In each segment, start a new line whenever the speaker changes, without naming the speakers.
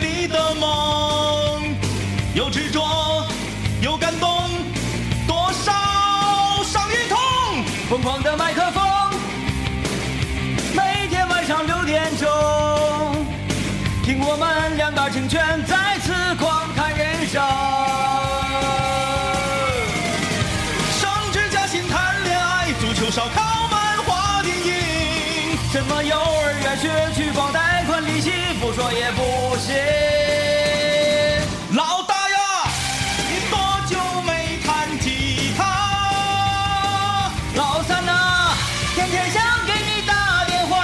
你的梦，有执着，有感动，多少伤与痛。
疯狂的麦克风，每天晚上六点钟，听我们两大警犬再次狂谈人生。
升职加薪谈恋爱，足球烧烤漫画电影，
什么幼儿园学区房、贷款利息，不说也不行。
老大呀，你多久没弹吉他？
老三呐，天天想给你打电话。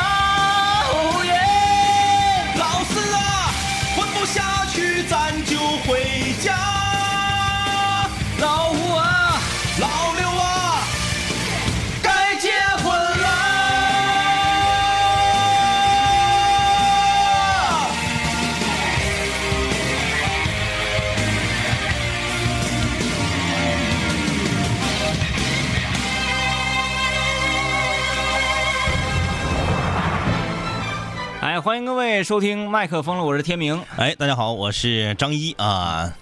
哦耶！
老四啊，混不下去咱就回家。
老五啊，
老六啊，该结婚啦。
哎，欢迎各位收听麦克风了，我是天明。
哎，大家好，我是张一啊。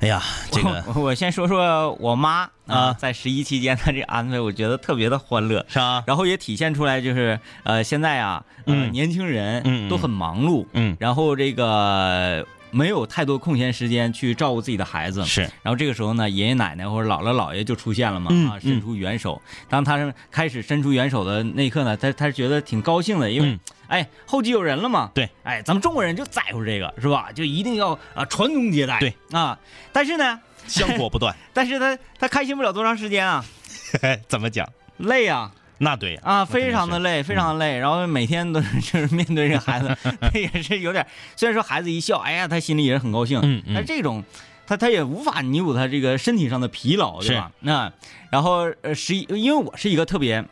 哎呀， 这 个
我我先说说我妈啊
啊，
在十一期间她这安排，我觉得特别的欢乐。
是吧？
然后也体现出来，就是呃，现在啊，呃
嗯
年轻人
嗯嗯
都很忙碌，
嗯
然后这个没有太多空闲时间去照顾自己的孩子，
是。
然后这个时候呢，爷爷奶奶或者姥姥姥爷就出现了嘛，
嗯
啊，伸出援手。当他是开始伸出援手的那一刻呢，他他是觉得挺高兴的，因为、
嗯
哎后继有人了嘛。
对，
哎，咱们中国人就在乎这个是吧？就一定要啊传宗接代。
对
啊，但是呢，
香火不断。
但是他他开心不了多长时间啊，
怎么讲？
累啊。
那对呀
啊，非常的
累。
累，非常累，然后每天都 是就是面对这个孩子， 他也是有点，虽然说孩子一笑，哎呀，他心里也是很高兴，
嗯
但
嗯，
这种他他也无法弥补他这个身体上的疲劳，对吧？那然后呃，十一，因为我是一个特别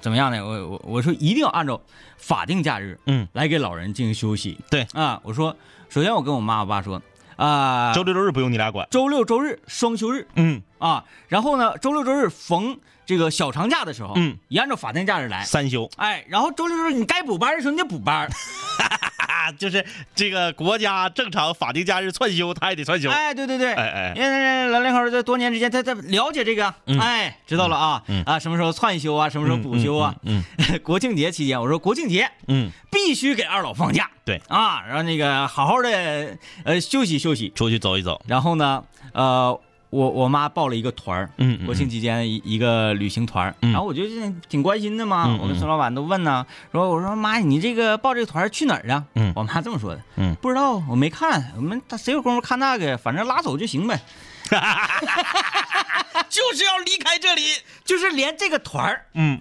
怎么样呢？我我我说一定要按照法定假日，
嗯，
来给老人进行休息。
对
啊，我说，首先我跟我妈我爸说啊，
周六周日不用你俩管。
周六周日双休日
嗯
啊，然后呢，周六周日逢这个小长假的时候，
嗯，
也按照法定假日来。
三休
哎，然后周六周日你该补班的时候你就补班，
啊， 就是这个国家正常法定假日串休，他也得串休。
哎，对对对，
哎哎
因为老两口在多年之间，他他了解这个，
嗯
哎，知道了啊、
嗯
啊，什么时候窜休啊，什么时候补休啊？
嗯
国庆节期间，我说国庆节
嗯，
必须给二老放假，
对
啊，然后那个好好的呃休息休息。
出去走一走。
然后呢，呃，我我妈报了一个团儿，
嗯
国庆期间一一个旅行团儿，
嗯
然后我就挺关心的嘛，
嗯嗯
我跟孙老板都问呢，说我说妈，你这个报这个团儿去哪儿啊？
嗯
我妈这么说的，
嗯
不知道，我没看，我们他谁有功夫看那个呀？反正拉走就行呗，
就是要离开这里。
就是连这个团儿
嗯，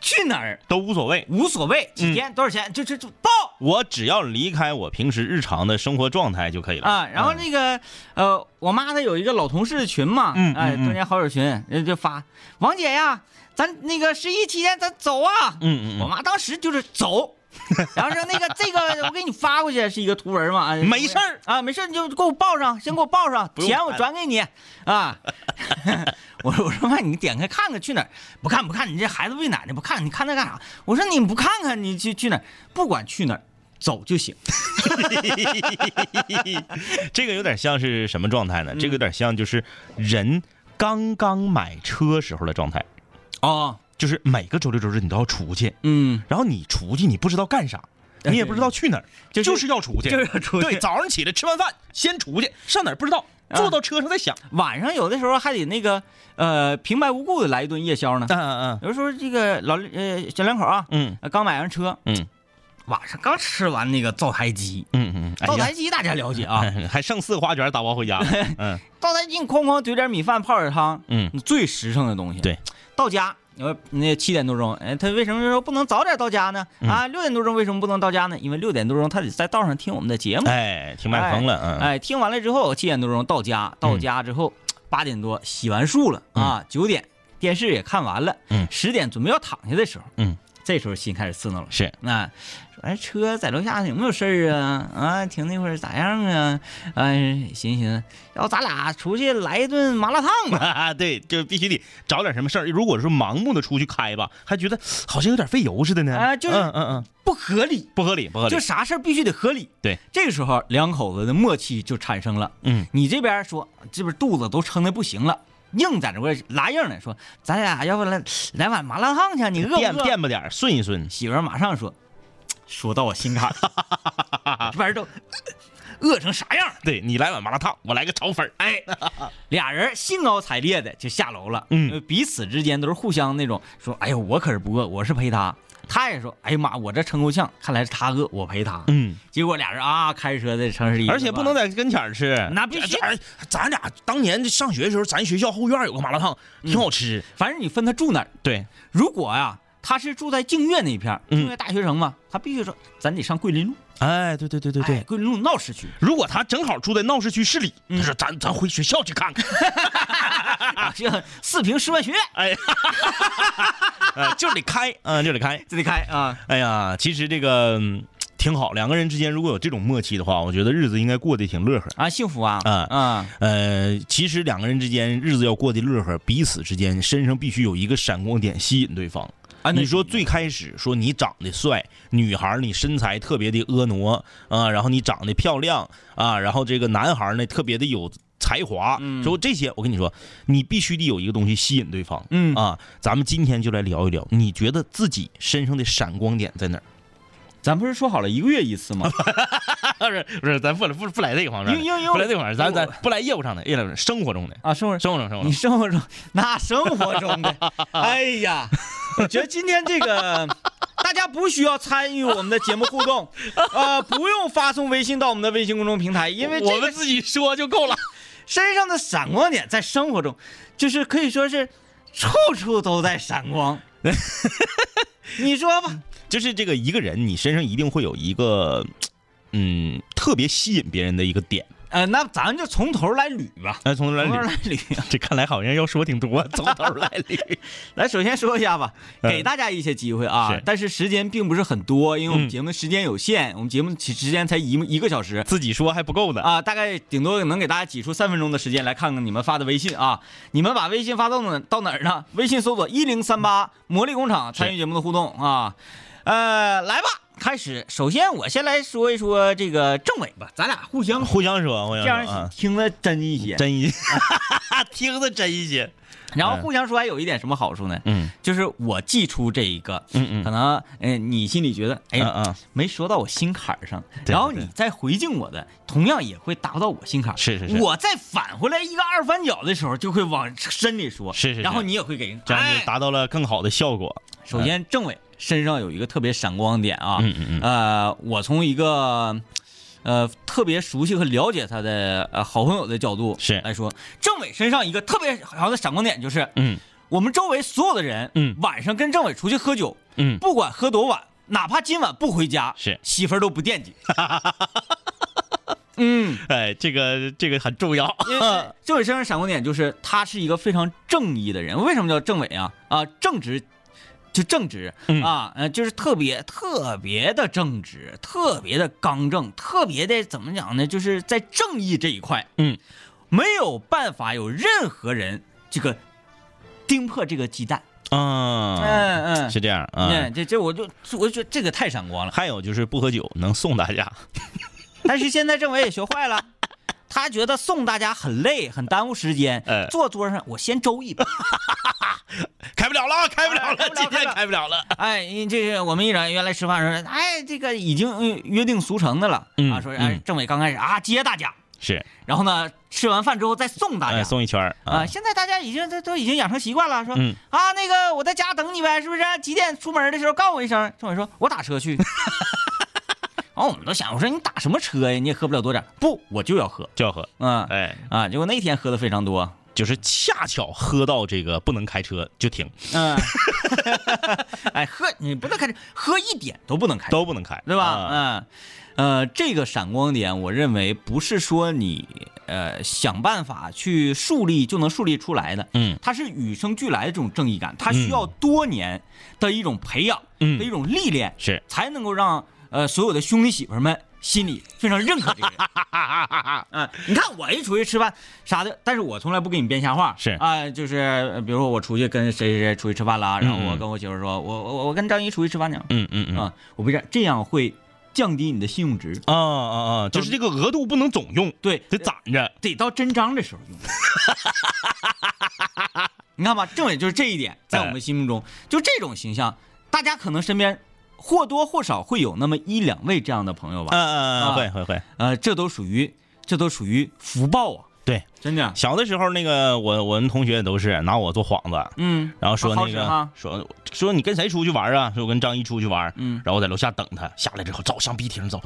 去哪儿
都无所谓。
无所谓，
嗯
几天、多少钱就就就报
我只要离开我平时日常的生活状态就可以了
啊。然后那个、呃，我妈她有一个老同事的群嘛，
嗯嗯
哎，
嗯
多年好友群，人家就发王姐呀，咱那个十一期间咱走啊，
嗯
我
嗯
妈当时就是走， 然后说那个这个我给你发过去是一个图文嘛，啊
没事儿
啊，没事儿你就给我报上，先给我报上，
不用
钱我
看
转给你啊。 我说我说妈，你点开看看去哪儿？不看不看，你这孩子喂奶呢，不看你看那干啥？我说你不看看你去去哪儿？不管去哪儿走就行。
嗯，这个有点像是什么状态呢？这个有点像就是人刚刚买车时候的状态，
哦，
就是每个周六周日你都要出去，
嗯，
然后你出去，你不知道干啥，
哎
你也不知道去哪儿，
对对
就是要出去，
就是要出去
对，早上起来吃完饭先出去，上哪儿不知道，
啊
坐到车上再想。
晚上有的时候还得那个呃平白无故的来一顿夜 宵呢。
嗯嗯
有的时候这个老呃小两口啊，
嗯
呃刚买完车，
嗯
晚上刚吃完那个灶台鸡，哎
嗯嗯，
灶台鸡大家了解啊，
哎呀， 还剩四个花卷打包回 家。嗯
灶台鸡你哐哐怼点米饭泡点汤，
嗯，
最实诚的东西。
对，
到家呃那七点多钟，哎，他为什么说不能早点到家呢？啊，六点多钟为什么不能到家呢？因为六点多钟他得在道上听我们的节目，
哎，听麦克风了，嗯，
哎，听完了之后七点多钟到家，到家之后八点多洗完漱了啊，九点电视也看完了，
嗯
十点准备要躺下的时候，
嗯，
这时候心开始刺挠了。
是
那说哎，车在楼下有没有事儿啊？啊，停那会儿咋样啊？哎，寻思寻思，要咱俩出去来一顿麻辣烫吧？
啊，对，就必须得找点什么事儿。如果说盲目的出去开吧，还觉得好像有点费油似的呢。
啊就是
嗯嗯嗯，
不合理，
不合理，不合理。
就啥事儿必须得合理。
对，
这个时候两口子的默契就产生了。
嗯，
你这边说这边肚子都撑的不行了，硬在这块儿拉硬呢，说咱俩要不来来碗麻辣烫去？你饿
垫
不饿？
垫吧点儿，顺一顺。
媳妇儿马上说，说到我心坎儿 了，这玩意儿都饿成啥样了？
对你来碗麻辣烫，我来个炒粉儿。 哎，
俩人兴高采烈的就下楼了，
嗯
呃，彼此之间都是互相那种说，哎呀，我可是不饿，我是陪他。他也说，哎呀妈，我这撑够呛，看来是他饿，我陪他。
嗯，
结果俩人啊，开车在城市里，
而且不能在跟前儿吃，
那必须
咱咱俩当年上学的时候，咱学校后院有个麻辣烫，
嗯
挺好吃。
反正你分他住哪儿。
对，
如果呀、他是住在净月那一片儿，
嗯
净月大学城嘛，他必须说，咱得上桂林路。
哎，对对对对
哎，桂林路闹市 区，
如果他正好住在闹市区市里，他说咱咱回学校去看看，
啊，像四平师范学院，
哎，呃就是得开，嗯，就得开。
这得开啊。
哎呀，其实这个嗯挺好，两个人之间如果有这种默契的话，我觉得日子应该过得挺乐呵。
啊，幸福啊！
嗯
啊，
呃，其实两个人之间日子要过得乐呵，彼此之间身上必须有一个闪光点吸引对方。
啊那
你说最开始说你长得帅，女孩儿你身材特别的婀娜啊、然后你长得漂亮啊、然后这个男孩儿呢特别的有才华，说这些我跟你说，你必须得有一个东西吸引对方，
嗯
啊，咱们今天就来聊一聊，你觉得自己身上的闪光点在哪儿？
咱不是说好了一个月一次 吗？
不 是不是，咱不不不来这个方面儿
因因因
不来这个方面儿，咱
因
咱不来业务上的，业务上的，生活中的，
啊，生活
生活中生活
你
中，
生活中 那生活中 的，哎呀，我觉得今天这个 大家不需要参与我们的节目互动， 呃，不用发送微信到我们的微信公众平台，因为
我
这
们
个
自己说就够了。
身上的闪光点在生活中，就是可以说是处处都在闪 光。你说吧，
就是这个一个人，你身上一定会有一个，嗯，特别吸引别人的一个点。
呃，那咱就从头来捋吧，
哎，从头来
从头
捋，
来捋。 啊
这看来好像要说挺多，从头来捋。
来，首先说一下吧，
嗯
给大家一些机会啊，
是
但是时间并不是很多，因为我们
嗯
节目时间有限，我们节目起时间才一一个小时
自己说还不够呢。
啊、大概顶多能给大家挤出三分钟的时间来看看你们发的微信啊。你们把微信发到哪到哪儿呢？微信搜索一零三八魔力工厂，参与节目的互动啊。呃，来吧，开始。首先我先来说一说这个政委吧，咱俩互相
互相说，互
这
相
样
说啊，
听得真一些，
嗯真一 嗯些，听着真一些。
然后互相说还有一点什么好处呢？
嗯
就是我记出这一个，
嗯嗯
可能呃你心里觉得，哎
嗯
呀，
嗯，
没说到我心坎儿上，
对
然后
对
你再回敬我的，同样也会达不到我心坎儿。
是是是
我再返回来一个二翻脚的时候，就会往深里说，
是是是
然后你也会给人
这样就
哎
达到了更好的效果。
首先，政委身上有一个特别闪光点啊，
嗯嗯嗯
呃，我从一个呃特别熟悉和了解他的呃好朋友的角度
是
来说，政委身上一个特别好的闪光点就是，
嗯
我们周围所有的人，
嗯
晚上跟政委出去喝酒，
嗯
不管喝多晚，哪怕今晚不回家，
是
媳妇儿都不惦 记。嗯，
哎，这个这个很重要。
因为
啊
政委身上闪光点就是他是一个非常正义的人。为什么叫政委啊？啊，正直，就正直、
嗯
啊，呃，就是特别特别的正直，特别的刚正，特别的怎么讲呢？就是在正义这一块，
嗯，
没有办法有任何人这个盯破这个鸡蛋。
嗯，
嗯嗯，
是这样啊。
嗯，这这我就我就觉得这个太闪光了。
还有就是不喝酒能送大家，
但是现在政委也学坏了，他觉得送大家很累，很耽误时间。
哎
坐桌上我先周 一杯。
开不了了，开不了
哎开
了，
不了
今天
开不了
开不了了。
哎，因为这是我们一整原来吃饭的时候，哎，这个已经嗯约定俗成的了、
嗯
啊。说哎
嗯，
政委刚开始啊接大家，
是，
然后呢吃完饭之后再送大家。
哎，送一圈儿
啊，。现在大家已经都都已经养成习惯了，说、
嗯
啊，那个我在家等你呗，是不是？几点出门的时候告诉我一声。政委说，我打车去。 然后我们都想，我说你打什么车呀？你也喝不了多点儿，不，我就要喝。
就要喝，
嗯
哎，
啊，结果那天喝的非常多，
就是恰巧喝到这个不能开车就停，
嗯， 哎，喝你不能开车，喝一点都不能开车，
都不能开，
对吧？
啊
嗯，呃，这个闪光点，我认为不是说你呃想办法去树立就能树立出来的，
嗯，
它是与生俱来的这种正义感，它需要多年的一种培养，
嗯
的一种历练，
是
才能够让呃所有的兄弟媳妇儿们心里非常认可这个人。嗯，你看我一出去吃饭啥的，但是我从来不给你编瞎话。
是
啊、就是呃比如说我出去跟谁谁谁出去吃饭了，然后
嗯嗯
我跟我媳妇儿说，我我我跟张一出去吃饭去了。
嗯嗯嗯，啊
啊，我不这样，这样会降低你的信用值。
啊啊，就是这个额度不能总用，
对，
得攒着，
得到真章的时候用。你看吧，政委就是这一点，在
哎
我们心目中，就这种形象，大家可能身边或多或少会有那么一两位这样的朋友吧。
嗯嗯，会会会。
呃，这都属于这都属于福报啊，
对，
真的。
小的时候那个我我们同学也都是拿我做幌子，
嗯，
然后说
好
那
使
个
哈
说说你跟谁出去玩啊？说我跟张一出去玩，
嗯，啊
然后我在楼下等他，下来之后走上逼厅走，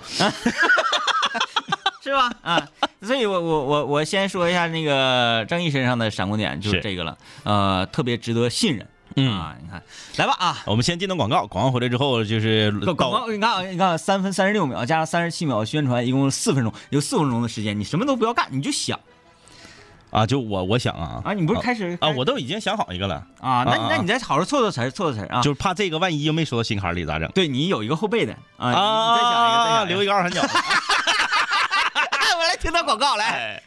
是 吧？啊，所以我我我我先说一下那个张毅身上的闪光点，就是
是
这个了。呃，特别值得信任。
嗯
啊，你看，来吧啊，
我们先进段广告，广告回来之后就是
广广
到
告，你看啊，你看啊，三分三十六秒加上三十七秒宣传，一共四分钟，有四分钟的时间，你什么都不要干，你就想
啊，就我我想啊
啊，你不是开始
啊，我都已经想好一个了，
啊，那
啊
你那你再好好凑凑词儿，凑凑词儿啊，
就是怕这个万一又没说到心坎里咋整
对你有一个后备的啊，你你再想一个，再想
啊留
一
一
个，
个二三角。
哎，我来听到广告来。
哎，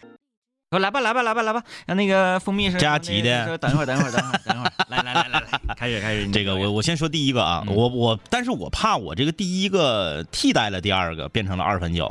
说来吧，来吧，来吧，来吧，让那个蜂蜜是
佳琪的
说等一会儿，等一会儿，等一会儿，等一会儿，来来来来来，开始开始，你
这个我我先说第一个啊，
嗯
我我，但是我怕我这个第一个替代了第二个，变成了二三角。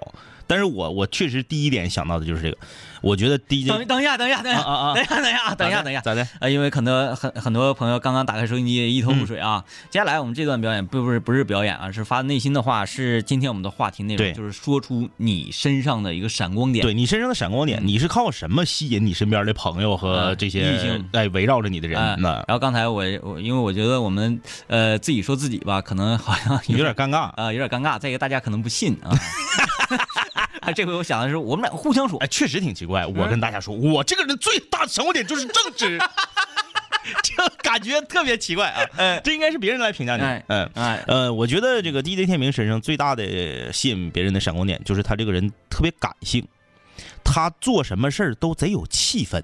但是我我确实第一点想到的就是这个，我觉得第一件
等等一下，等一下，等一下，
啊啊啊
等一下，等一下，等一下，等一下。
咋的？
呃，因为可能很很多朋友刚刚打开收音机一头雾水啊。
嗯
接下来我们这段表演不不是不是表演啊，是发自内心的话，是今天我们的话题内容，
对
就是说出你身上的一个闪光点。
对你身上的闪光点，你是靠什么吸引你身边的朋友和
嗯
这些
异性
哎围绕着你的人
哎
呢？
然后刚才我我因为我觉得我们呃自己说自己吧，可能好像
有点尴尬。
啊、有点尴尬。再一个大家可能不信 啊。啊，这回我想的是我们俩互相说
哎，，确实挺奇怪。我
嗯
跟大家说，我这个人最大的闪光点就是正直， 这感觉特别奇怪啊。这应该是别人来评价你
嗯哎。
嗯，
哎，
呃，我觉得这个 DJ 天明身上最大的吸引别人的闪光点，就是他这个人特别感性，他做什么事儿都贼有气氛。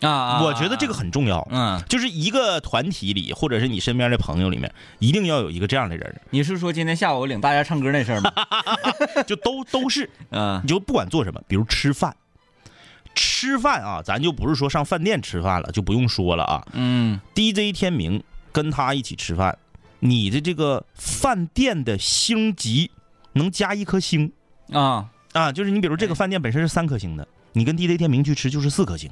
啊啊，
我觉得这个
啊
很重要。
嗯，
就是一个团体里，或者是你身边的朋友里面，一定要有一个这样的人，
你是说今天下午我领大家唱歌那事儿 吗？
就都都是，
嗯
你就不管做什么，比如吃饭，吃饭啊，咱就不是说上饭店吃饭了，就不用说了啊。
嗯
DJ 天明跟他一起吃饭，你的这个饭店的星级能加一颗星
啊
啊，就是你比如这个饭店本身是三颗星的，你跟 DJ 天明去吃就是四颗星。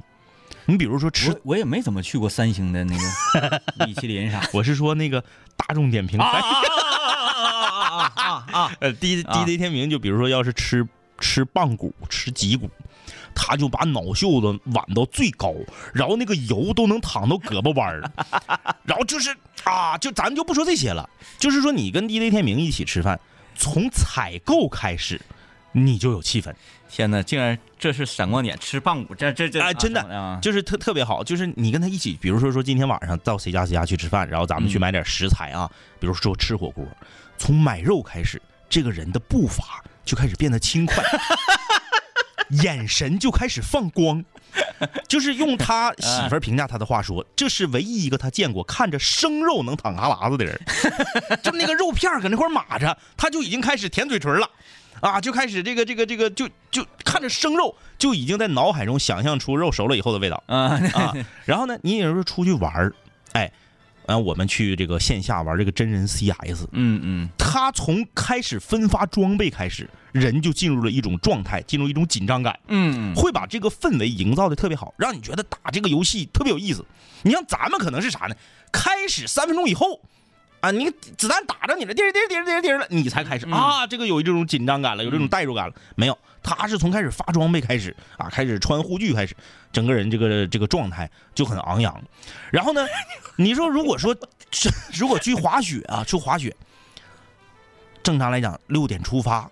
你比如说吃
我，我也没怎么去过三星的那 个米其林啥
我是说那个大众点评，
啊啊啊啊啊！
呃，D
啊
DJ 天明就比如说要是吃吃棒骨、吃脊骨，他就把脑袖子挽到最高，然后那个油都能淌到胳膊弯儿了，然后就是啊，就咱就不说这些了，就是说你跟 DJ 天明一起吃饭，从采购开始。你就有气氛，
天哪，竟然这是闪光点，吃棒骨，这这这
哎真的
啊！
就是特特别好，就是你跟他一起，比如说说今天晚上到谁家谁家去吃饭，然后咱们去
嗯
买点食材啊，比如说吃火锅，从买肉开始，这个人的步伐就开始变得轻快，眼神就开始放光，就是用他媳妇儿评价他的话说，这是唯一一个他见过看着生肉能淌哈喇子的人，就那个肉片儿搁那块儿码着，他就已经开始舔嘴唇了。啊，就开始这个这个这个，就就看着生肉，就已经在脑海中想象出肉熟了以后的味道。
啊，
啊，然后呢，你也是出去玩儿，哎，然后我们去这个线下玩这个真人 CS，
嗯嗯，
他从开始分发装备开始，人就进入了一种状态，进入一种紧张感，
嗯，
会把这个氛围营造的特别好，让你觉得打这个游戏特别有意思。你像咱们可能是啥呢？开始三分钟以后。啊，你子弹打着你了，滴儿滴儿滴儿滴儿滴儿了，你才开始啊，这个有这种紧张感了，有这种代入感了。没有，他是从开始发装备开始啊，开始穿护具开始，整个人这个这个状态就很昂扬。然后呢，你说如果说这如果去滑雪啊，去滑雪，正常来讲六点出发，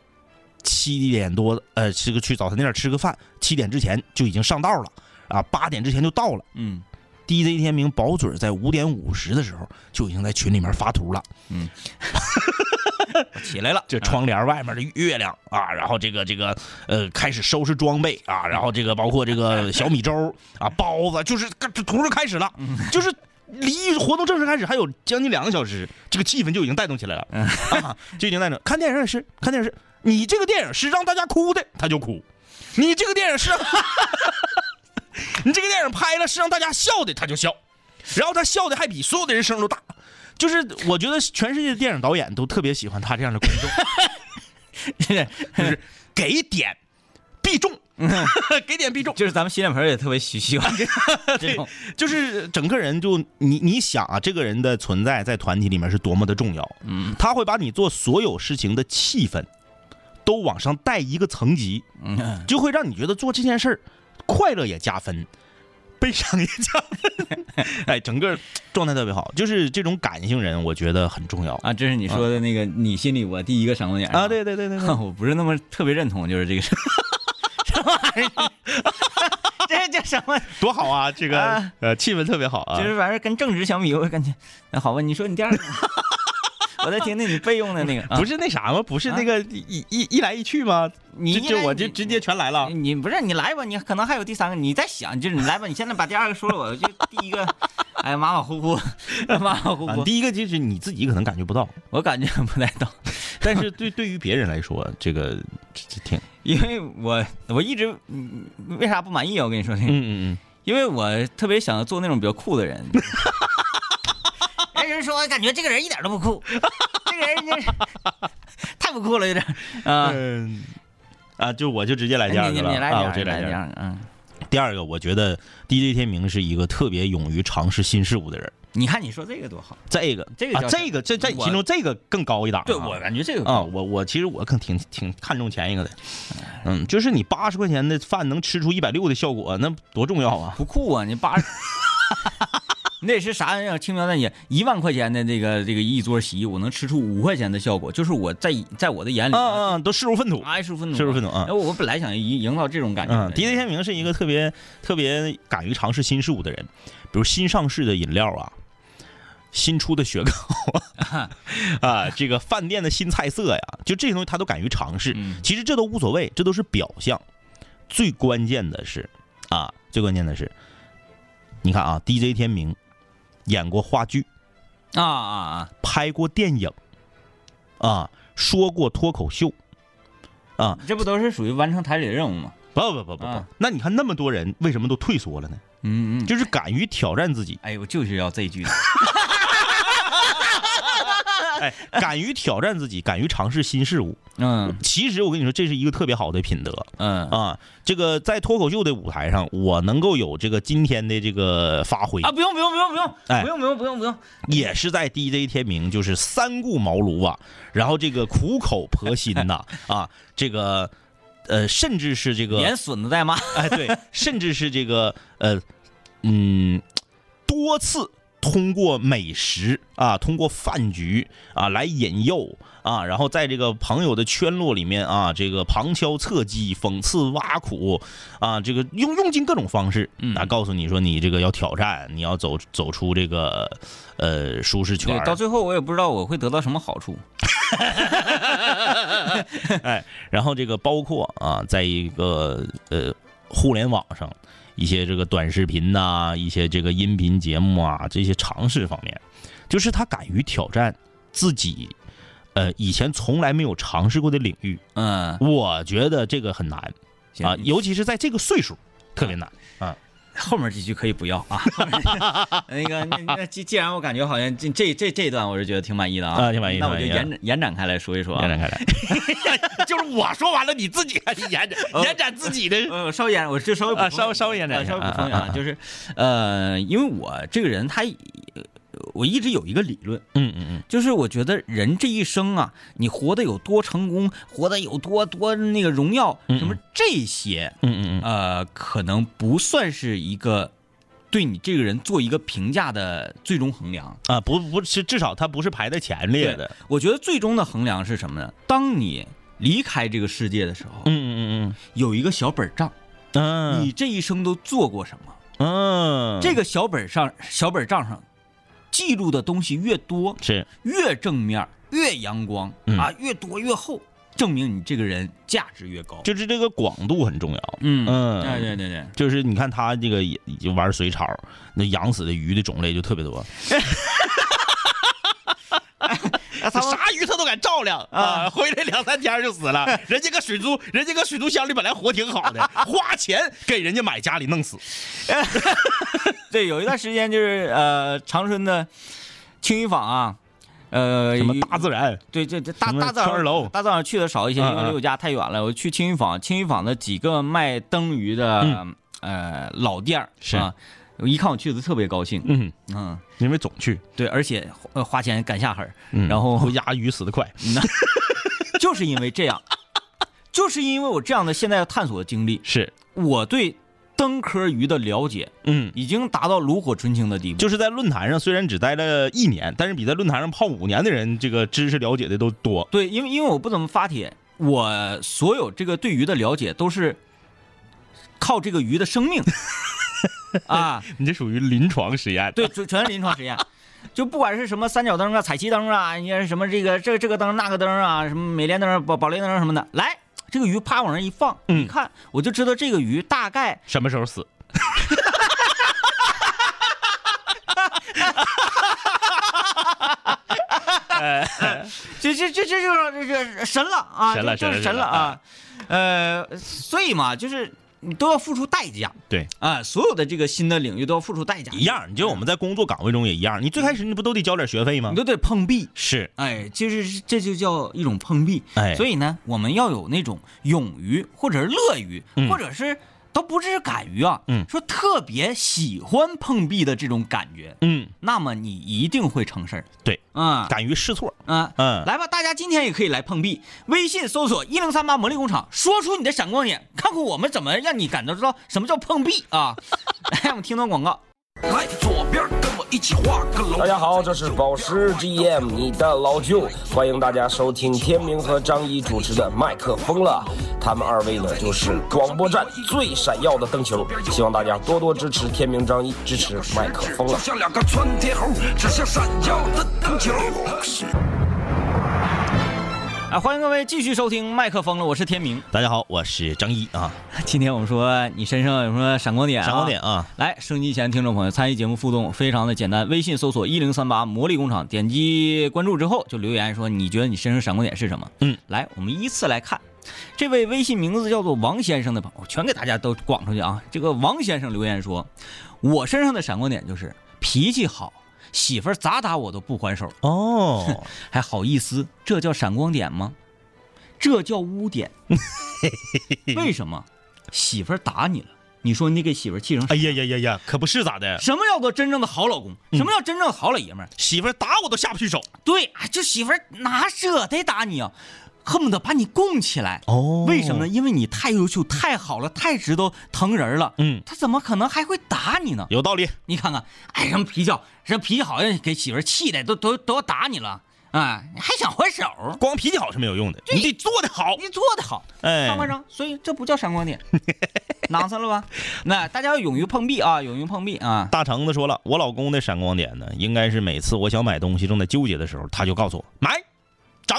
七点多呃吃个去早餐店吃个饭，七点之前就已经上道了。啊，八点之前就到了。
嗯
DJ 天明保准在五点五十的时候就已经在群里面发图了，
嗯，我起来了，
这窗帘外面的月亮啊，然后这个这个呃开始收拾装备啊，然后这个包括这个小米粥啊、包子，就是这这图就开始了， 就是。离活动正式开始还有将近两个小时，这个气氛就已经带动起来了，啊、就已经带动。看电影也是，看电影是，你这个电影是让大家哭的，他就哭；你这个电影是让， 你这个电影拍了是让大家笑的，他就笑。然后他笑的还比所有的人声都大，就是我觉得全世界的电影导演都特别喜欢他这样的观众，就是给点必中， 给点必中，
就是咱们洗脸盆也特别喜喜欢 这这种，
就是整个人就你你想啊，这个人的存在在团体里面是多么的重要，嗯，他会把你做所有事情的气氛都往上带一个层级，
嗯
就会让你觉得做这件事儿快乐也加分， 悲伤也加分， 哎，整个状态特别好，就是这种感性人，我觉得很重要
啊，这是你说的那个，你心里我第一个闪光点
啊，，对对对对
是
对
吧 我不是那么特别认同，就是这个 事儿，什么玩意儿？ 这叫什么？
多好啊！这个、
啊
呃，气氛特别好啊。
就是反正跟正直相比，我感觉那好吧。你说你第二个， 我再听听你备用的那个，啊
不是那啥吗？不是那个一一一来一去吗？
你
这
一
这
来
我
你
就直接全来了。
你不是你来吧？你可能还有第三个，你再想，就是你来吧。你现在把第二个说了，我就第一个，哎呀，马马虎虎，马马虎
啊
虎，
第一个就是你自己可能感觉不到，
我感觉不太懂，
但是对对于别人来说，这个这这挺
因为我我一直嗯为啥不满意啊？我跟你说这个，
嗯嗯
因为我特别想做那种比较酷的人。 人人说，感觉这个人一点都不酷，这个人真是太不酷了，有点啊。
嗯啊，就我就直接来第
你
二个
哎你
了
你来
啊，我直
第
接
二
来
个，来
第
第
二个。
二个，嗯。
第二个，我觉得 DJ 天明是一个特别勇于尝试新事物的人。
你看你说这个多好，
这个
这个
啊
叫
这个这在你
我
心中这个更高一档啊。
觉这个
啊，我我其实我更挺挺看重前一个的，嗯，就是你八十块钱的饭能吃出一百六的效果，那多重要啊！
不酷啊！你八十，你得是啥人啊？轻描淡写，一万块钱的这个这个一桌席，我能吃出五块钱的效果，就是我在在我的眼里，
嗯嗯，都视如粪土，
爱舒愤怒，
视如粪土啊
哎！我本来想营营造这种感觉
嗯
的，
，DJ 天明是一个特别特别敢于尝试新事物的人，比如新上市的饮料啊，新出的雪糕啊， 啊，这个饭店的新菜色呀，就这些东西他都敢于尝试。
嗯
其实这都无所谓，这都是表象，最关键的是啊，最关键的是，你看啊，DJ 天明演过话剧，
啊啊啊！
拍过电影，啊，说过脱口秀，啊，
这不都是属于完成台里的任务吗？
不不不不不，
啊
那你看那么多人为什么都退缩了呢？
嗯嗯，
就是敢于挑战自己，
哎，我就是要这句，
哎， 敢于挑战自己，敢于尝试新事物。
嗯
其实我跟你说，这是一个特别好的品德
嗯
啊！这个在脱口秀的舞台上，我能够有这个今天的这个发挥
啊，，不用不用不用不用，
哎
不用不用不用不用，
也是在 DJ 天明就是三顾茅庐啊，然后这个苦口婆心 呐啊，这个呃，甚至是这个
连损子带骂，
哎对，甚至是这个呃嗯，多次通过美食啊，通过饭局啊来引诱啊，然后在这个朋友的圈落里面啊，这个旁敲侧击、讽刺挖苦啊，这个用用尽各种方式
嗯
啊，告诉你说你这个要挑战，你要走走出这个呃舒适圈
对
儿，
到最后我也不知道我会得到什么好处，
然后这个包括啊，在一个呃互联网上一些这个短视频呐、一些这个音频节目啊，这些尝试方面，就是他敢于挑战自己。呃，以前从来没有尝试过的领域，
嗯
我觉得这个很难
行
啊，尤其是在这个岁数，
嗯
特别难。
后面几句可以不要 啊。那个，那那既既然我感觉好像这这这这一段我是觉得挺满意的啊，
啊挺满意
那我就
挺满意啊
延展延展开来说一说
延
啊。
展开来，就是我说完了，你自己还延展延展自己的
呃，稍微延，我就稍微补
啊
充
稍微稍微延展
啊
一下
稍微补充一下
啊啊
啊，
啊
就是，呃，因为我这个人他，呃我一直有一个理论，
嗯嗯嗯，
就是我觉得人这一生啊，你活得有多成功，活得有多多那个荣耀，
嗯嗯
什么这些，
嗯嗯嗯，
呃，可能不算是一个对你这个人做一个评价的最终衡量。
啊，不不是，至少他不是排在前列的。
我觉得最终的衡量是什么呢？当你离开这个世界的时候，
嗯嗯嗯
有一个小本账，
嗯嗯
你这一生都做过什么？
嗯，
这个小本上小本账上记录的东西越多，
是
越正面，越阳光
嗯
啊，越多越厚，证明你这个人价值越高。
就是这个广度很重要。
嗯
嗯
对对对对，
就是你看他这个也就玩水草，那养死的鱼的种类就特别多，
那他们
啥鱼他都敢照亮
啊
啊，回来两三天就死 了。人家搁水族，人家搁水族箱里本来活挺好的，花钱给人家买家里弄死。
对有一段时间就是呃长春的青鱼坊啊，呃
什么大自然？
对这这大
什么
大自然
圈儿楼
大自然去的少一些，
嗯
因为离我家太远了。我去青鱼坊，青鱼坊的几个卖灯鱼的、呃老店儿
嗯是
啊，我一看我去的特别高兴，
嗯，
嗯，
因为总去，
对，而且呃花钱赶下狠儿，
嗯
然后
回家鱼死的快。
就是因为这样，就是因为我这样的现在探索的经历，
是，
我对灯科鱼的了解
嗯，
已经达到炉火纯青的地步。
就是在论坛上虽然只待了一年，但是比在论坛上泡五年的人，这个知识了解的都多。
对，因为因为我不怎么发帖，我所有这个对鱼的了解都是靠这个鱼的生命 啊，
你这属于临床实验。
对，全全是临床实验。就不管是什么三角灯啊、彩旗灯啊，你看什么这个这这个灯那个灯啊，什么美联灯、宝宝莲灯什么的，来这个鱼啪往那一放，
嗯
你看我就知道这个鱼大概
什么时候死？
这这这这就是这这神了啊，
神了
这这是
神了
神了啊，呃，所以嘛，就是你都要付出代价
对，
啊，所有的这个新的领域都要付出代价，
一，样。你就我们在工作岗位中也一样，你最开始你不都得交点学费吗
你？都得碰壁，
是，
啊哎，就是这就叫一种碰壁，
哎
所以呢，我们要有那种勇于或者是乐于，
嗯
或者是都不是敢于啊，
嗯
说特别喜欢碰壁的这种感觉，
嗯，
那么你一定会成事儿，
对，
啊、
敢于试错。
啊，
嗯
来吧，大家今天也可以来碰壁，微信搜索一零三八魔力工厂，说出你的闪光点，看看我们怎么让你感到知道什么叫碰壁啊！ 来，我们听段广告。
来，左边跟我一起画个龙。
大家好，这是宝石 GM，你的老舅，欢迎大家收听天明和张一主持的《麦克风了》，他们二位呢就是广播站最闪耀的灯球，希望大家多多支持天明、张一，支持《麦克风了
就》。像两个窜天猴，指向闪耀的灯球。
啊，欢迎各位继续收听麦克风了，我是天明。
大家好，我是张一啊，
今天我们说你身上有什么闪光点、
闪光点。啊，
来，收音机前听众朋友参与节目互动非常的简单，微信搜索一零三八魔力工厂，点击关注之后就留言说你觉得你身上闪光点是什么？
嗯，
来，我们依次来看，这位微信名字叫做王先生的朋友，全给大家都广出去啊！这个王先生留言说，我身上的闪光点就是脾气好，媳妇儿咋打我都不还手，
哦，
还好意思，这叫闪光点吗？这叫污 点。为什么？媳妇儿打你了，你说你给媳妇儿气成啥
哎呀呀呀呀，可不是咋的，
什么叫做真正的好老公？
嗯
什么叫真正的好老爷们儿？
媳妇儿打我都下不去手。
对，哎这媳妇儿哪舍得打你啊，恨不得把你供起来。
哦
为什么呢？？因为你太优秀、太好了、太值得疼人了。
嗯
他怎么可能还会打你呢？
有道理，
你看看，哎，什么脾气好，这脾气好让给媳妇儿气的，都都都要打你了，哎，你还想还手？
光脾气好是没有用的，你得做得好。
你做的好，
哎
上半张，所以这不叫闪光 点，囊上了吧？那大家要勇于碰壁啊，勇于碰壁啊！
大橙子说了，我老公的闪光点呢，应该是每次我想买东西正在纠结的时候，他就告诉我买、涨、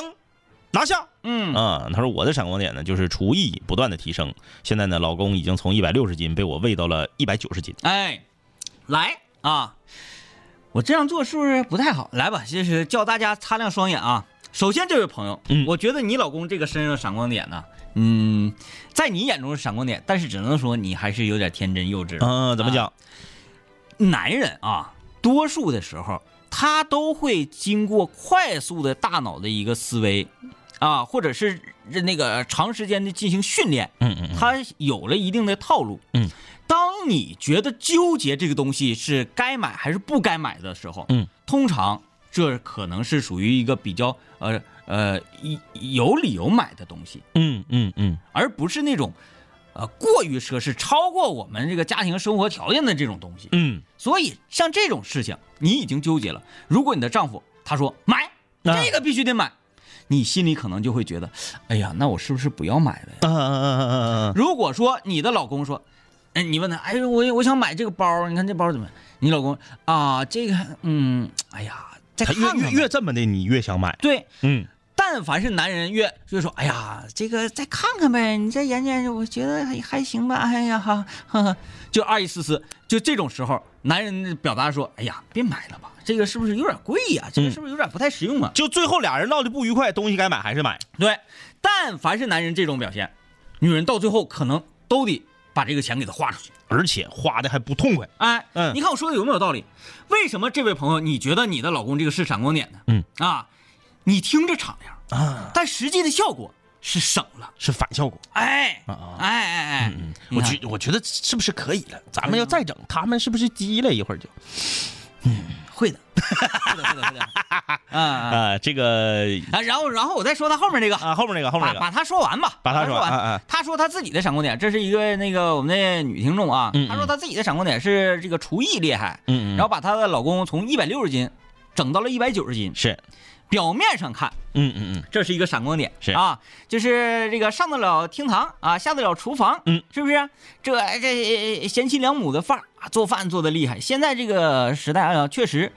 拿下。
嗯
啊，他说我的闪光点呢，就是厨艺不断的提升。现在呢，老公已经从一百六十斤被我喂到了一百九十斤。
哎，来啊！我这样做是不是不太好？来吧，就是教大家擦亮双眼啊。首先，这位朋友，
嗯
我觉得你老公这个身上闪光点呢，嗯，在你眼中是闪光点，但是只能说你还是有点天真幼稚。
嗯、怎么
啊
讲？
男人啊，多数的时候他都会经过快速的大脑的一个思维，啊，或者是那个长时间的进行训练，
嗯嗯嗯，
他有了一定的套路。
嗯，
当你觉得纠结这个东西是该买还是不该买的时候，
嗯，
通常这可能是属于一个比较呃呃一有理由买的东西，
嗯嗯嗯，
而不是那种。呃，过于奢侈，超过我们这个家庭生活条件的这种东西，
嗯，
所以像这种事情，你已经纠结了。如果你的丈夫他说买
啊
这个必须
啊
得买，你心里可能就会觉得，哎呀，那我是不是不要买了呀？
嗯嗯嗯嗯嗯
如果说你的老公说，哎，你问他，哎，我我想买这个包，你看这包怎么样？你老公啊，这个，嗯，哎呀，再
他
看
越
看吧
越越这么的，你越想买。
对，
嗯，
但凡是男人越越说，哎呀，这个再看看呗，你再研究研究，我觉得还还行吧。哎呀哈， 呵呵，就二意思思，就这种时候，男人的表达说，哎呀，别买了吧，这个是不是有点贵
嗯
呀、这个是不是有点不太实用啊？
就最后俩人闹得不愉快，东西该买还是买。
对，但凡是男人这种表现，女人到最后可能都得把这个钱给他花出去。
而且花的还不痛快。
哎，
嗯
你看我说的有没有道理？为什么这位朋友你觉得你的老公这个是闪光点呢？
嗯
啊，你听着敞亮
啊，
但实际的效果是省了。
是反效果。
哎，哎
啊
哎哎，你
我
看嗯
觉我觉得是不是可以了？咱们要再整，他们是不是急了一会儿就？
会的，会的，会的，会的，啊啊
啊，这个
啊！然后，然后我再说他后面这个，
啊，后面那个，后面
把
那个，
把他说完吧，
把他
说
说完啊
完
啊。
他说他自己的闪光点，这是一个那个我们的女听众啊
嗯嗯，
她说她自己的闪光点是这个厨艺厉害，
嗯嗯
然后把她的老公从一百六十斤整到了一百九十斤，
是，
表面上看
嗯嗯嗯，
这是一个闪光点，
是
啊，就是这个上得了厅堂啊，下得了厨房，
嗯，
是不是？这这呃贤妻良母的范儿啊，做饭做的厉害。现在这个时代啊，确实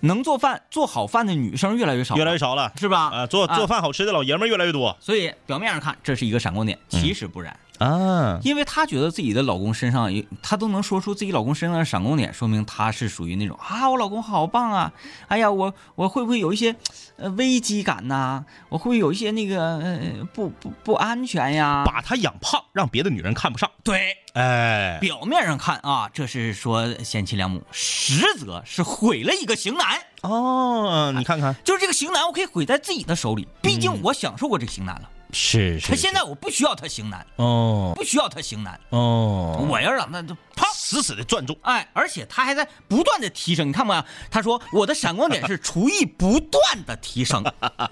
能做饭做好饭的女生越来越少，
越来越，少了。
是吧？
啊，做做
啊
饭好吃的老爷们儿越来越多
所以表面上看这是一个闪光点，
嗯
其实不然，
啊。
因为她觉得自己的老公身上有，她都能说出自己老公身上的闪光点，说明她是属于那种啊，我老公好棒啊，哎呀，我我会不会有一些呃危机感呐、我会不会有一些那个呃不不不安全呀？
把他养胖，让别的女人看不上。
对，
哎，
表面上看啊，这是说贤妻良母，实则是毁了一个型男。
哦，你看看，
就是这个型男，我可以毁在自己的手里，毕竟我享受过这个型男了。
是
他现在我不需要他型男，
哦
不需要他型男，
哦，
我要让他胖。
死死的攥住。
哎，而且他还在不断的提升，你看没看？他说我的闪光点是厨艺不断的提 升，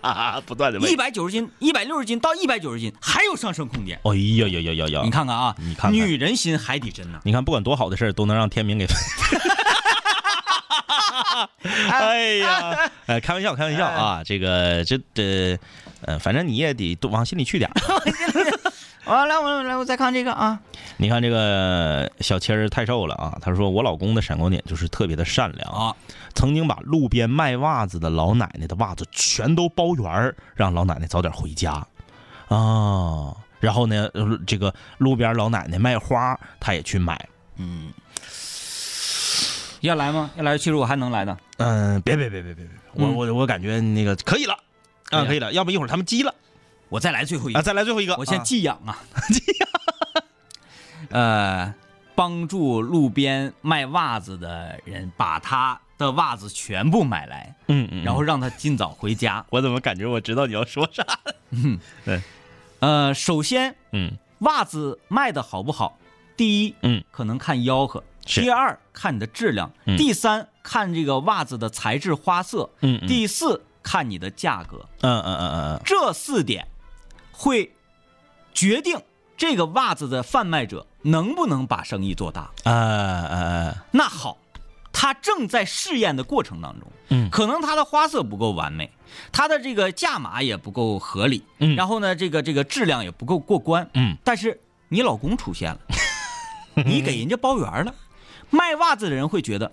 啊，不断的
一。百九十斤、一百六十斤到一百九十斤，还有上升空间。
哎呀呀呀呀呀！
你，看看啊，
你看看
女人心海底针呐、
你看，不管多好的事儿，都能让天明 给。哎呀，呃，开玩笑，开玩笑啊，这个这这，呃，反正你也得多往心里去点儿。
啊，来，我来，我再看这个啊，
你看这个小七儿太瘦了啊，他说我老公的闪光点就是特别的善良啊，
啊，
曾经把路边卖袜子的老奶奶的袜子全都包圆儿，让老奶奶早点回家啊。然后呢，呃这个路边老奶奶卖花，他也去买。
要来吗？要来，其实我还能来的。
嗯，别别别别别别，我我我感觉那个可以了。
可以
啊，
了
可以了，要不一会儿他们急了
我再来最后一
啊！
个，
再来最后一个，
我先
啊
寄养啊，寄养。呃，帮助路边卖袜子的人把他的袜子全部买来，
嗯嗯，
然后让他尽早回家。
我怎么感觉我知道你要说啥？
呃，首先
嗯
袜子卖的好不好，第一，
嗯，
可能看吆喝；
是
第二，看你的质量；
嗯
第三，看这个袜子的材质、花色；
嗯嗯
第四，看你的价格。
嗯嗯嗯嗯
这四点会决定这个袜子的贩卖者能不能把生意做大。
嗯，啊啊啊，
那好，他正在试验的过程当中，
嗯
可能它的花色不够完美，它的这个价码也不够合理，
嗯
然后呢，这个这个质量也不够过关，
嗯，
但是你老公出 现了，你给人家包圆了，卖袜子的人会觉得。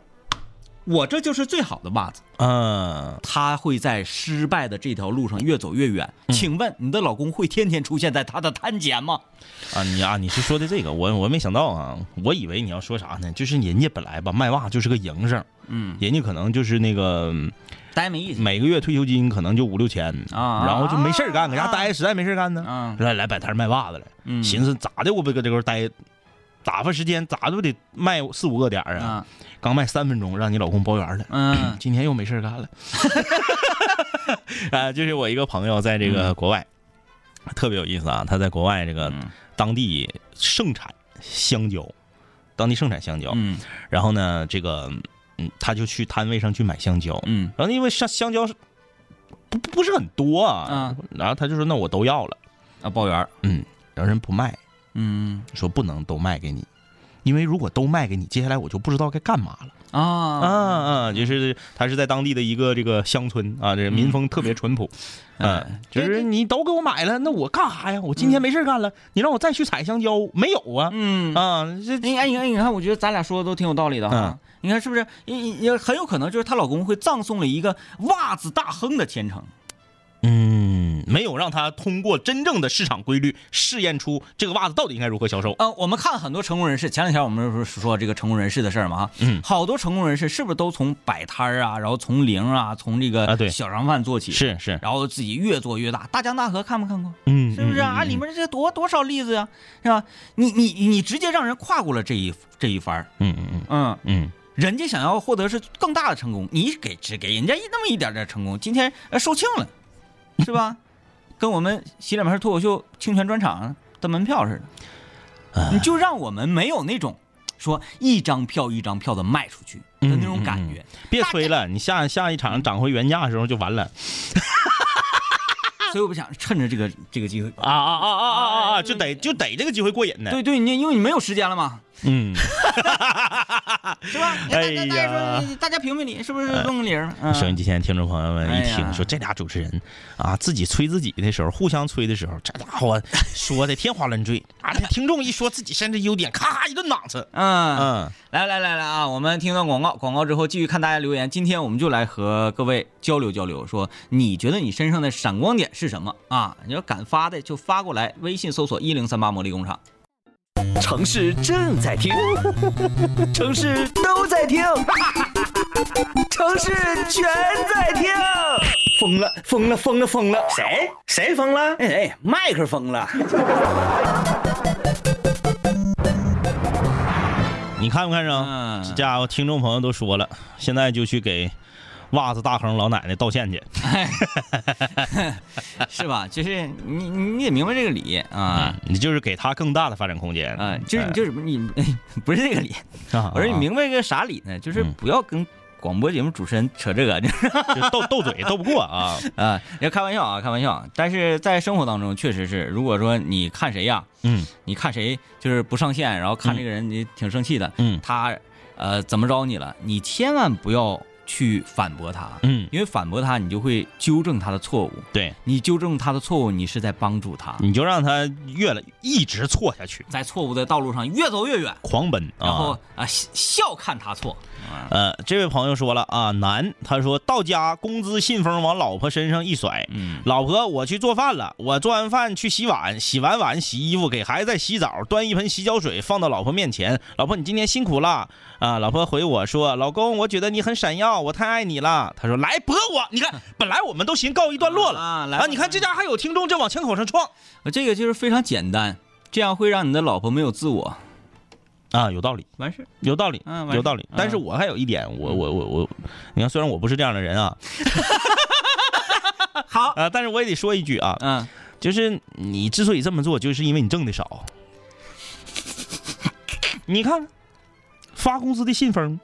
我这就是最好的袜子，
嗯，
他会在失败的这条路上越走越远。
嗯
请问你的老公会天天出现在他的摊前吗？
啊，你啊，你是说的这个，我我没想到啊，我以为你要说啥呢？就是人家本来吧，卖袜就是个营生，
嗯，
人家可能就是那个嗯
呆没意思。
每个月退休金可能就五六千
啊
然后就嗯没事儿干，搁家
啊
待着实在没事儿干呢，
啊
来来摆摊儿卖袜子来，
嗯
寻思咋的，我不搁这块儿待，打发时间咋都得卖四五个点儿啊
啊，
刚卖三分钟，让你老公包圆了，
嗯
今天又没事儿干 了，啊，就是我一个朋友在这个国外，特别有意思啊，他在国外这个
嗯
当地盛产香蕉，当地盛产香蕉，
嗯
然后呢，这个嗯，他就去摊位上去买香蕉，
嗯
然后因为香香蕉是不不不是很多啊，
嗯
然后他就说那我都要了，
啊，包圆儿。
嗯，然后人不卖，
嗯
说不能都卖给你，因为如果都卖给你，接下来我就不知道该干嘛了。啊
啊，
啊，就是他是在当地的一个这个乡村啊，这民风特别淳朴，嗯，就是你都给我买了，那我干啥呀？我今天没事儿干了，你让我再去采香蕉，没有啊？
嗯
啊，这
哎哎，你看，你看，我觉得咱俩说的都挺有道理的哈。你看是不是？也也很有可能就是她老公会葬送了一个袜子大亨的前程。
嗯，没有让他通过真正的市场规律试验出这个袜子到底应该如何销售。
呃，我们看很多成功人士，前两天我们不是说这个成功人士的事儿嘛哈，
嗯
好多成功人士是不是都从摆摊儿啊，然后从零啊，从这
啊
个
对
小商贩做起，
是是，
然后自己越做越大。大江大河看没看过？
嗯，
是不是啊？啊里面这多多少例子呀、是吧？你你你直接让人跨过了这一这一番儿
嗯嗯嗯
嗯，
嗯
人家想要获得是更大的成功，你给只给人家一那么一点点成功，今天呃售罄了，是吧？ 跟我们洗脸盆脱口秀清泉专场的门票似的，
哎
你就让我们没有那种说一张票一张票的卖出去的那种感觉。
嗯，别吹了，你下下一场涨回原价的时候就完了。
所以我不想趁着这个这个机会，
啊啊啊啊啊啊啊！就得就得这个机会过瘾呢。
对对，你因为你没有时间了嘛，
嗯，
是吧？
哎
大家大家
呀
说，大家评评理，是不是
哎
弄个理儿？嗯
收音机前的听众朋友们
哎
一
呀
听说这俩主持人啊，自己吹自己的时候，互相吹的时候，这家 伙说的天花乱坠啊！这听众一说自己甚至优点，咔一顿攮刺。
嗯
嗯，
来来来来啊！我们听段广告，广告之后继续看大家留言。今天我们就来和各位交流交流，说你觉得你身上的闪光点是什么啊？你要敢发的就发过来，微信搜索一零三八魔力工厂。
城市正在 听，城市都在听，城市全在听。疯了，疯了，疯了，疯了！谁？谁疯了？哎哎，麦克疯 了。
你看没看着？
嗯
这家伙听众朋友都说了，现在就去给袜子大亨老奶奶道歉去。
是吧？就是你你你也明白这个理啊
啊，你就是给他更大的发展空间。
啊，就是你就是你哎不是这个理，
哎啊，嗯
我说你明白个啥理呢？就是不要跟广播节目主持人扯这个， 就是
啊就斗斗嘴斗不过啊。
啊，要开玩笑啊，开玩笑啊。但是在生活当中确实是，如果说你看谁呀、
嗯
你看谁就是不上线，然后看这个人你挺生气的，
嗯
他呃怎么着你了，你千万不要去反驳他，
嗯，
因为反驳他你就会纠正他的错误，
对，
你纠正他的错误，你是在帮助他，
你就让他越来一直错下去，
在错误的道路上越走越远，
狂奔啊。
然后啊笑笑看他错，啊
呃，这位朋友说了啊，男，他说到家工资信封往老婆身上一甩，
嗯
老婆，我去做饭了，我做完饭去洗碗，洗完碗洗衣服，给孩子再洗澡，端一盆洗脚水放到老婆面前，老婆你今天辛苦了啊，老婆回我说，老公，我觉得你很闪耀，我太爱你了，他说来驳我，你看本来我们都行告一段落了
啊来吧
啊，
呃
你看这家还有听众这往枪口上撞
这个就是非常简单，这样会让你的老婆没有自我，
啊，有道理。
完事儿
有道理，
嗯完事
有道理
嗯。
但是我还有一点，我我我我，你看，虽然我不是这样的人啊，
好
啊、但是我也得说一句啊，
嗯，
就是你之所以这么做，就是因为你挣的 少。你看，发工资的信封，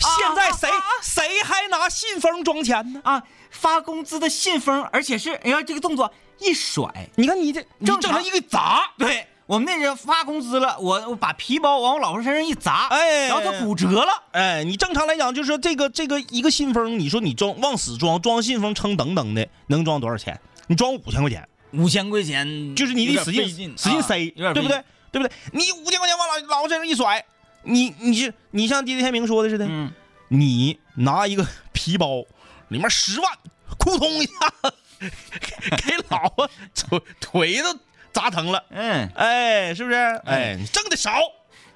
啊
现在谁、谁还拿信封装钱呢？
啊，发工资的信封，而且是哎呀这个动作一甩。
你看你这你
正
正
常
常一个砸，
对我们那人发工资了，我我把皮包往我老婆身上一砸，
哎
然后她骨折了，
哎，你正常来讲就是说这个这个一个信封，你说你装往死装装信封称等等的，能装多少钱？你装五千块钱，
五千块钱，
就是你得使劲啊使劲塞，
啊有点
对不对？？对不对？你五千块钱往老老婆身上一甩，你你是你像狄天明说的似的，
嗯，
你拿一个皮包，里面十万，扑通一下给老婆腿腿都砸疼了，
嗯，
哎，是不是？哎，你挣的少，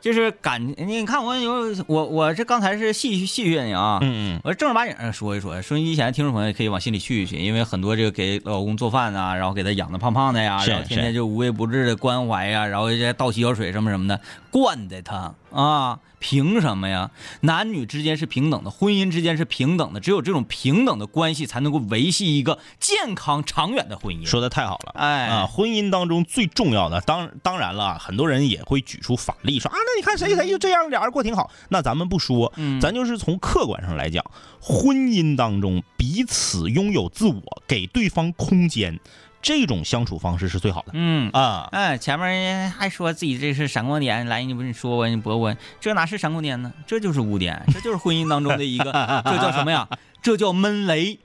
就是感，你看我有我我这刚才是戏戏谑你啊，
嗯
我正儿八经儿说一说，收音机前的听众朋友也可以往心里去一去，因为很多这个给老公做饭啊，然后给他养的胖胖的呀，
是
然后天
是
天就无微不至的关怀呀，然后这倒洗脚水什么什么的，惯的他啊，凭什么呀？男女之间是平等的，婚姻之间是平等的，只有这种平等的关系才能够维系一个健康长远的婚姻。
说的太好了，
哎
啊，婚姻当中最重要的，当当然了，啊很多人也会举出法例说啊，那你看谁谁就这样，俩人过挺好。那咱们不说，
嗯
咱就是从客观上来讲，婚姻当中彼此拥有自我，给对方空间，这种相处方式是最好的
嗯。
啊。
哎，前面还说自己这是闪光点，来你不是说我你驳我，这哪是闪光点呢？这就是污点，这就是婚姻当中的一个，这叫什么呀？这叫 闷雷，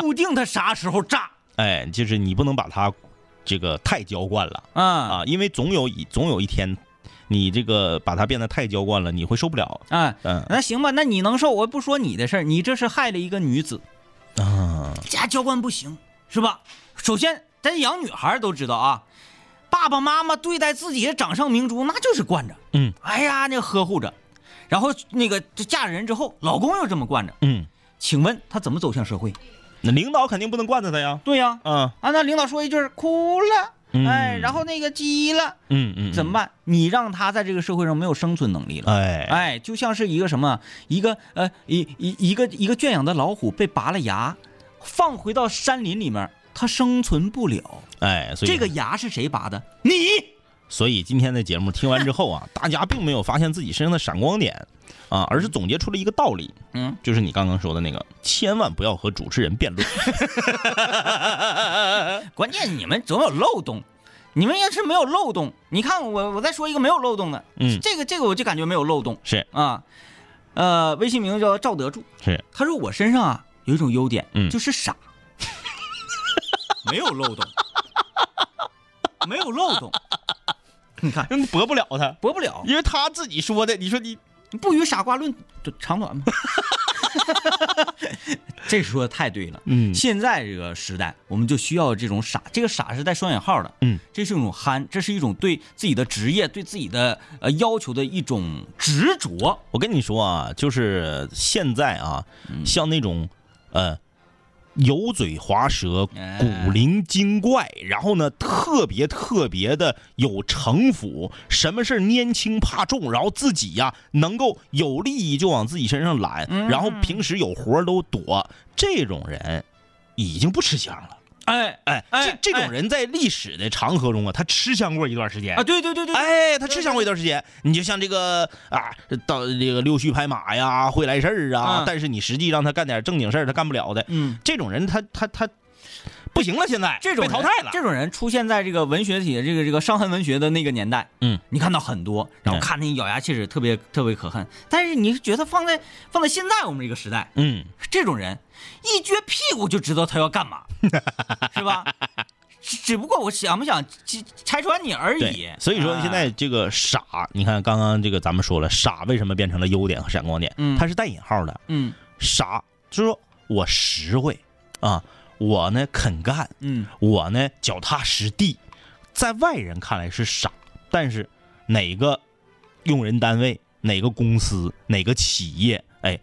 不定它啥时候炸。
哎，就是你不能把它这个太娇惯了
嗯
啊，因为总有一总有一天，你这个把它变得太娇惯了，你会受不了。
啊，
嗯
那行吧，那你能受，我不说你的事儿，你这是害了一个女子，
啊，
家教官不行是吧？首先，咱养女孩儿都知道啊，爸爸妈妈对待自己的掌上明珠那就是惯着，
嗯，
哎呀，那呵护着，然后那个这嫁人之后，老公又这么惯着，
嗯，
请问她怎么走向社会？
那领导肯定不能惯着他呀。
对呀、啊，
啊，
那领导说一句哭了，
嗯
哎，然后那个急了，
嗯嗯，
怎么办？你让她在这个社会上没有生存能力了。
哎
哎，就像是一个什么，一个呃，一一一个一个圈养的老虎被拔了牙，放回到山林里面，它生存不了。
哎，所以
这个牙是谁拔的？你
所以今天的节目听完之后啊， 大家并没有发现自己身上的闪光点啊，而是总结出了一个道理，
嗯，
就是你刚刚说的那个，千万不要和主持人辩论。
呃关键你们总有漏洞，你们要是没有漏洞，你看我我再说一个没有漏洞的，
嗯
这个这个我就感觉没有漏洞
是
啊，呃，微信名叫赵德柱，
是，
他说我身上啊有一种优点，
嗯
就是 傻，没有漏洞，没有漏洞。你看，
你驳不了他，
驳不了，
因为他自己说的。你说你
不与傻瓜论这长 短嘛。这说的太对了，
嗯
现在这个时代，我们就需要这种傻，这个傻是带双引号的，
嗯，
这是一种憨，这是一种对自己的职业、对自己的呃要求的一种执着，
我跟你说啊，就是现在啊，
嗯
像那种呃油嘴滑舌、
哎
古灵精怪，然后呢特别特别的有城府，什么事儿拈轻怕重，然后自己呀、能够有利益就往自己身上揽，
嗯
然后平时有活儿都躲，这种人已经不吃香了。
哎
哎，
哎
这这
哎
种人在历史的长河中啊，他吃香过一段时间
啊，对对 对对，
哎，他吃香过一段时间。你就像这个啊，到这个溜须拍马呀，会来事儿啊
嗯，
但是你实际让他干点正经事儿，他干不了的。
嗯，
这种人他他他不行了，现在
这种
被淘
人
汰了。
这种人出现在这个文学体的这个这个伤痕文学的那个年代，
嗯，
你看到很多，然后
嗯
看那咬牙切齿，特别特别可恨。但是你是觉得放在放在现在我们这个时代，
嗯，
这种人一撅屁股就知道他要 干嘛，是吧？只只不过我想不想拆拆穿你而已啊
对。。所以
哎
说现在这个傻，你看刚刚这个咱们说了，傻为什么变成了优点和闪光点？
嗯
它是带引号的。
嗯
傻就是说我实惠啊，我呢肯干，
嗯
我呢脚踏实地，在外人看来是傻，但是哪个用人单位、哪个公司、哪个企业，哎，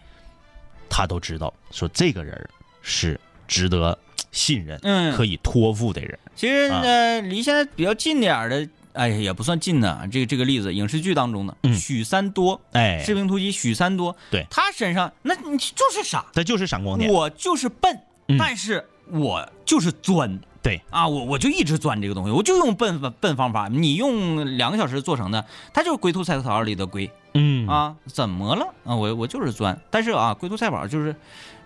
他都知道说这个人儿是值得信任、
嗯
可以托付的人。
其实
啊
呃，离现在比较近点儿的，哎呀，也不算近呢。这个这个例子，影视剧当中的、
嗯
许三多，
哎
士，兵突击》许三多，
对
他身上那你就是傻，
这就是闪光点。
我就是笨，
嗯
但是我就是钻。
对
啊，我我就一直钻这个东西，我就用笨法笨方法，你用两个小时做成的，它就是龟兔赛跑里的龟
嗯，
啊，怎么了啊？我我就是钻，但是啊，龟兔赛跑就是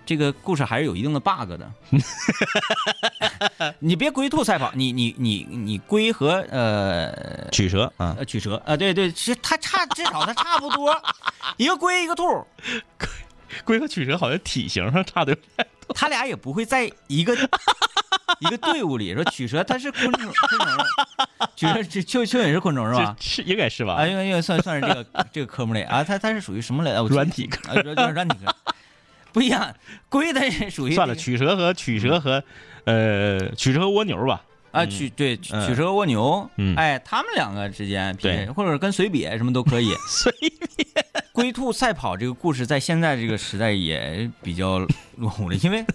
这个故事还是有一定的 bug 的。你别龟兔赛跑，你你你你龟和呃
曲蛇啊，
呃曲蛇啊，对对，其实它差至少它差不多， 一个龟一个兔，
龟和曲蛇好像体型上差的。
他俩也不会在一个一个队伍里说曲蛇，它是昆虫，昆虫，曲蛇这蚯蚯蚓是昆虫是吧？
是哎应该是吧
啊，因为因为算算是这个这个科目类啊，它它是属于什么类？啊我记
软体科
啊，软软软体 科，不一样，龟它是属于
算
这
了，
个
曲蛇和曲蛇和呃曲蛇和蜗牛吧。
啊，曲对曲
嗯
曲蛇和蜗牛，
嗯
哎，他们两个之间匹配，
对
或者跟随笔什么都 可以。随笔龟兔赛跑这个故事在现在这个时代也比较落伍了，因为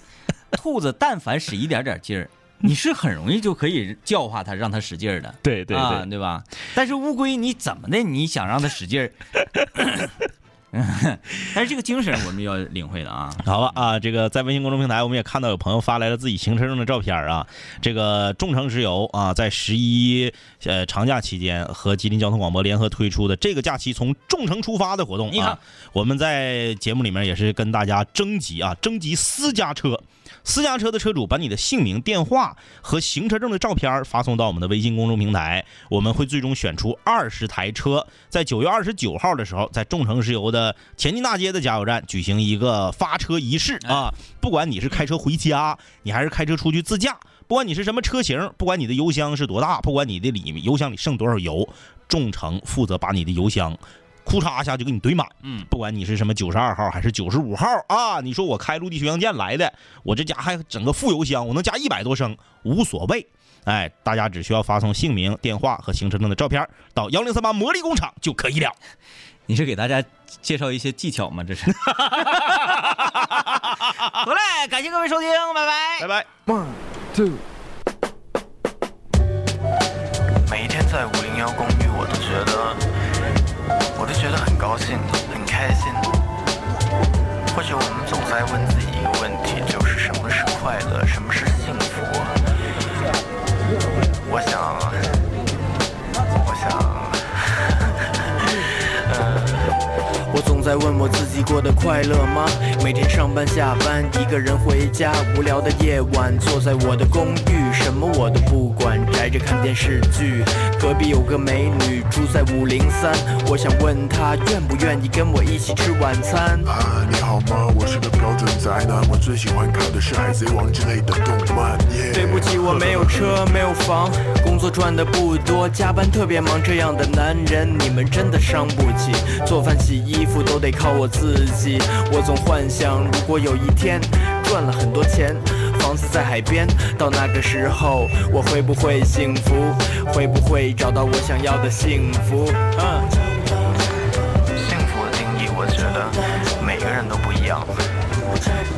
兔子但凡使一点点劲儿，你是很容易就可以教化它，让它使劲儿的。
对对
啊啊，对吧？但是乌龟你怎么的，你想让它使劲儿， 但是这个精神我们要领会的 啊。
好吧啊，这个在微信公众平台，我们也看到有朋友发来了自己行车证的照片啊。这个众诚石油啊，在十一呃长假期间和吉林交通广播联合推出的这个假期从众诚出发的活动，
你看
啊，我们在节目里面也是跟大家征集啊，征集私家车。私家车的车主把你的姓名、电话和行车证的照片发送到我们的微信公众平台，我们会最终选出二十台车，在九月二十九号的时候，在众诚石油的前进大街的加油站举行一个发车仪式啊！不管你是开车回家，你还是开车出去自驾，不管你是什么车型，不管你的油箱是多大，不管你的里油箱里剩多少油，众诚负责把你的油箱。库嚓一下就给你堆满，
嗯，
不管你是什么九十二号还是九十五号啊，你说我开陆地巡洋舰来的，我这家还整个副油箱，我能加一百多升，无所谓。哎，大家只需要发送姓名、电话和行车证的照片到幺零三八魔力工厂就可以了。
你是给大家介绍一些技巧吗？这是。好嘞，感谢各位收听，拜拜。
拜。
每一天在五零幺公寓，我都觉得，我都觉得很高兴，很开心。或许我们总在问自己一个问题，就是什么是快乐，什么是幸福？我想，我想。
我总在问我自己过得快乐吗？每天上班下班，一个人回家，无聊的夜晚，坐在我的公寓，什么我都不管，宅着看电视剧。隔壁有个美女住在五零三，我想问她愿不愿意跟我一起吃晚餐。
啊，你好吗？我是个标准宅男，我最喜欢看的是《海贼王》之类的动漫。耶
对不起，我没有车，没有房，工作赚的不多，加班特别忙。这样的男人，你们真的伤不起。做饭、洗衣服都得靠我自己。我总幻想，如果有一天赚了很多钱，房子在海边，到那个时候，我会不会幸福？会不会找到我想要的幸福？嗯。
幸福的定义，我觉得每个人都不一样。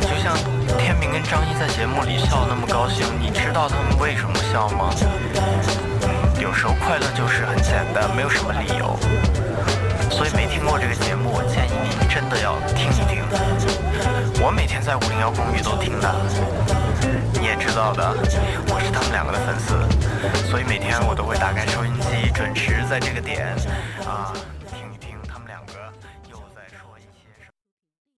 就像天明跟张一在节目里笑得那么高兴，你知道他们为什么笑吗？嗯，有时候快乐就是很简单，没有什么理由。所以没听过这个节目，我建议你真的要听一听。我每天在五零幺公寓都听的，你也知道的，我是他们两个的粉丝，所以每天我都会打开收音机，准时在这个点啊。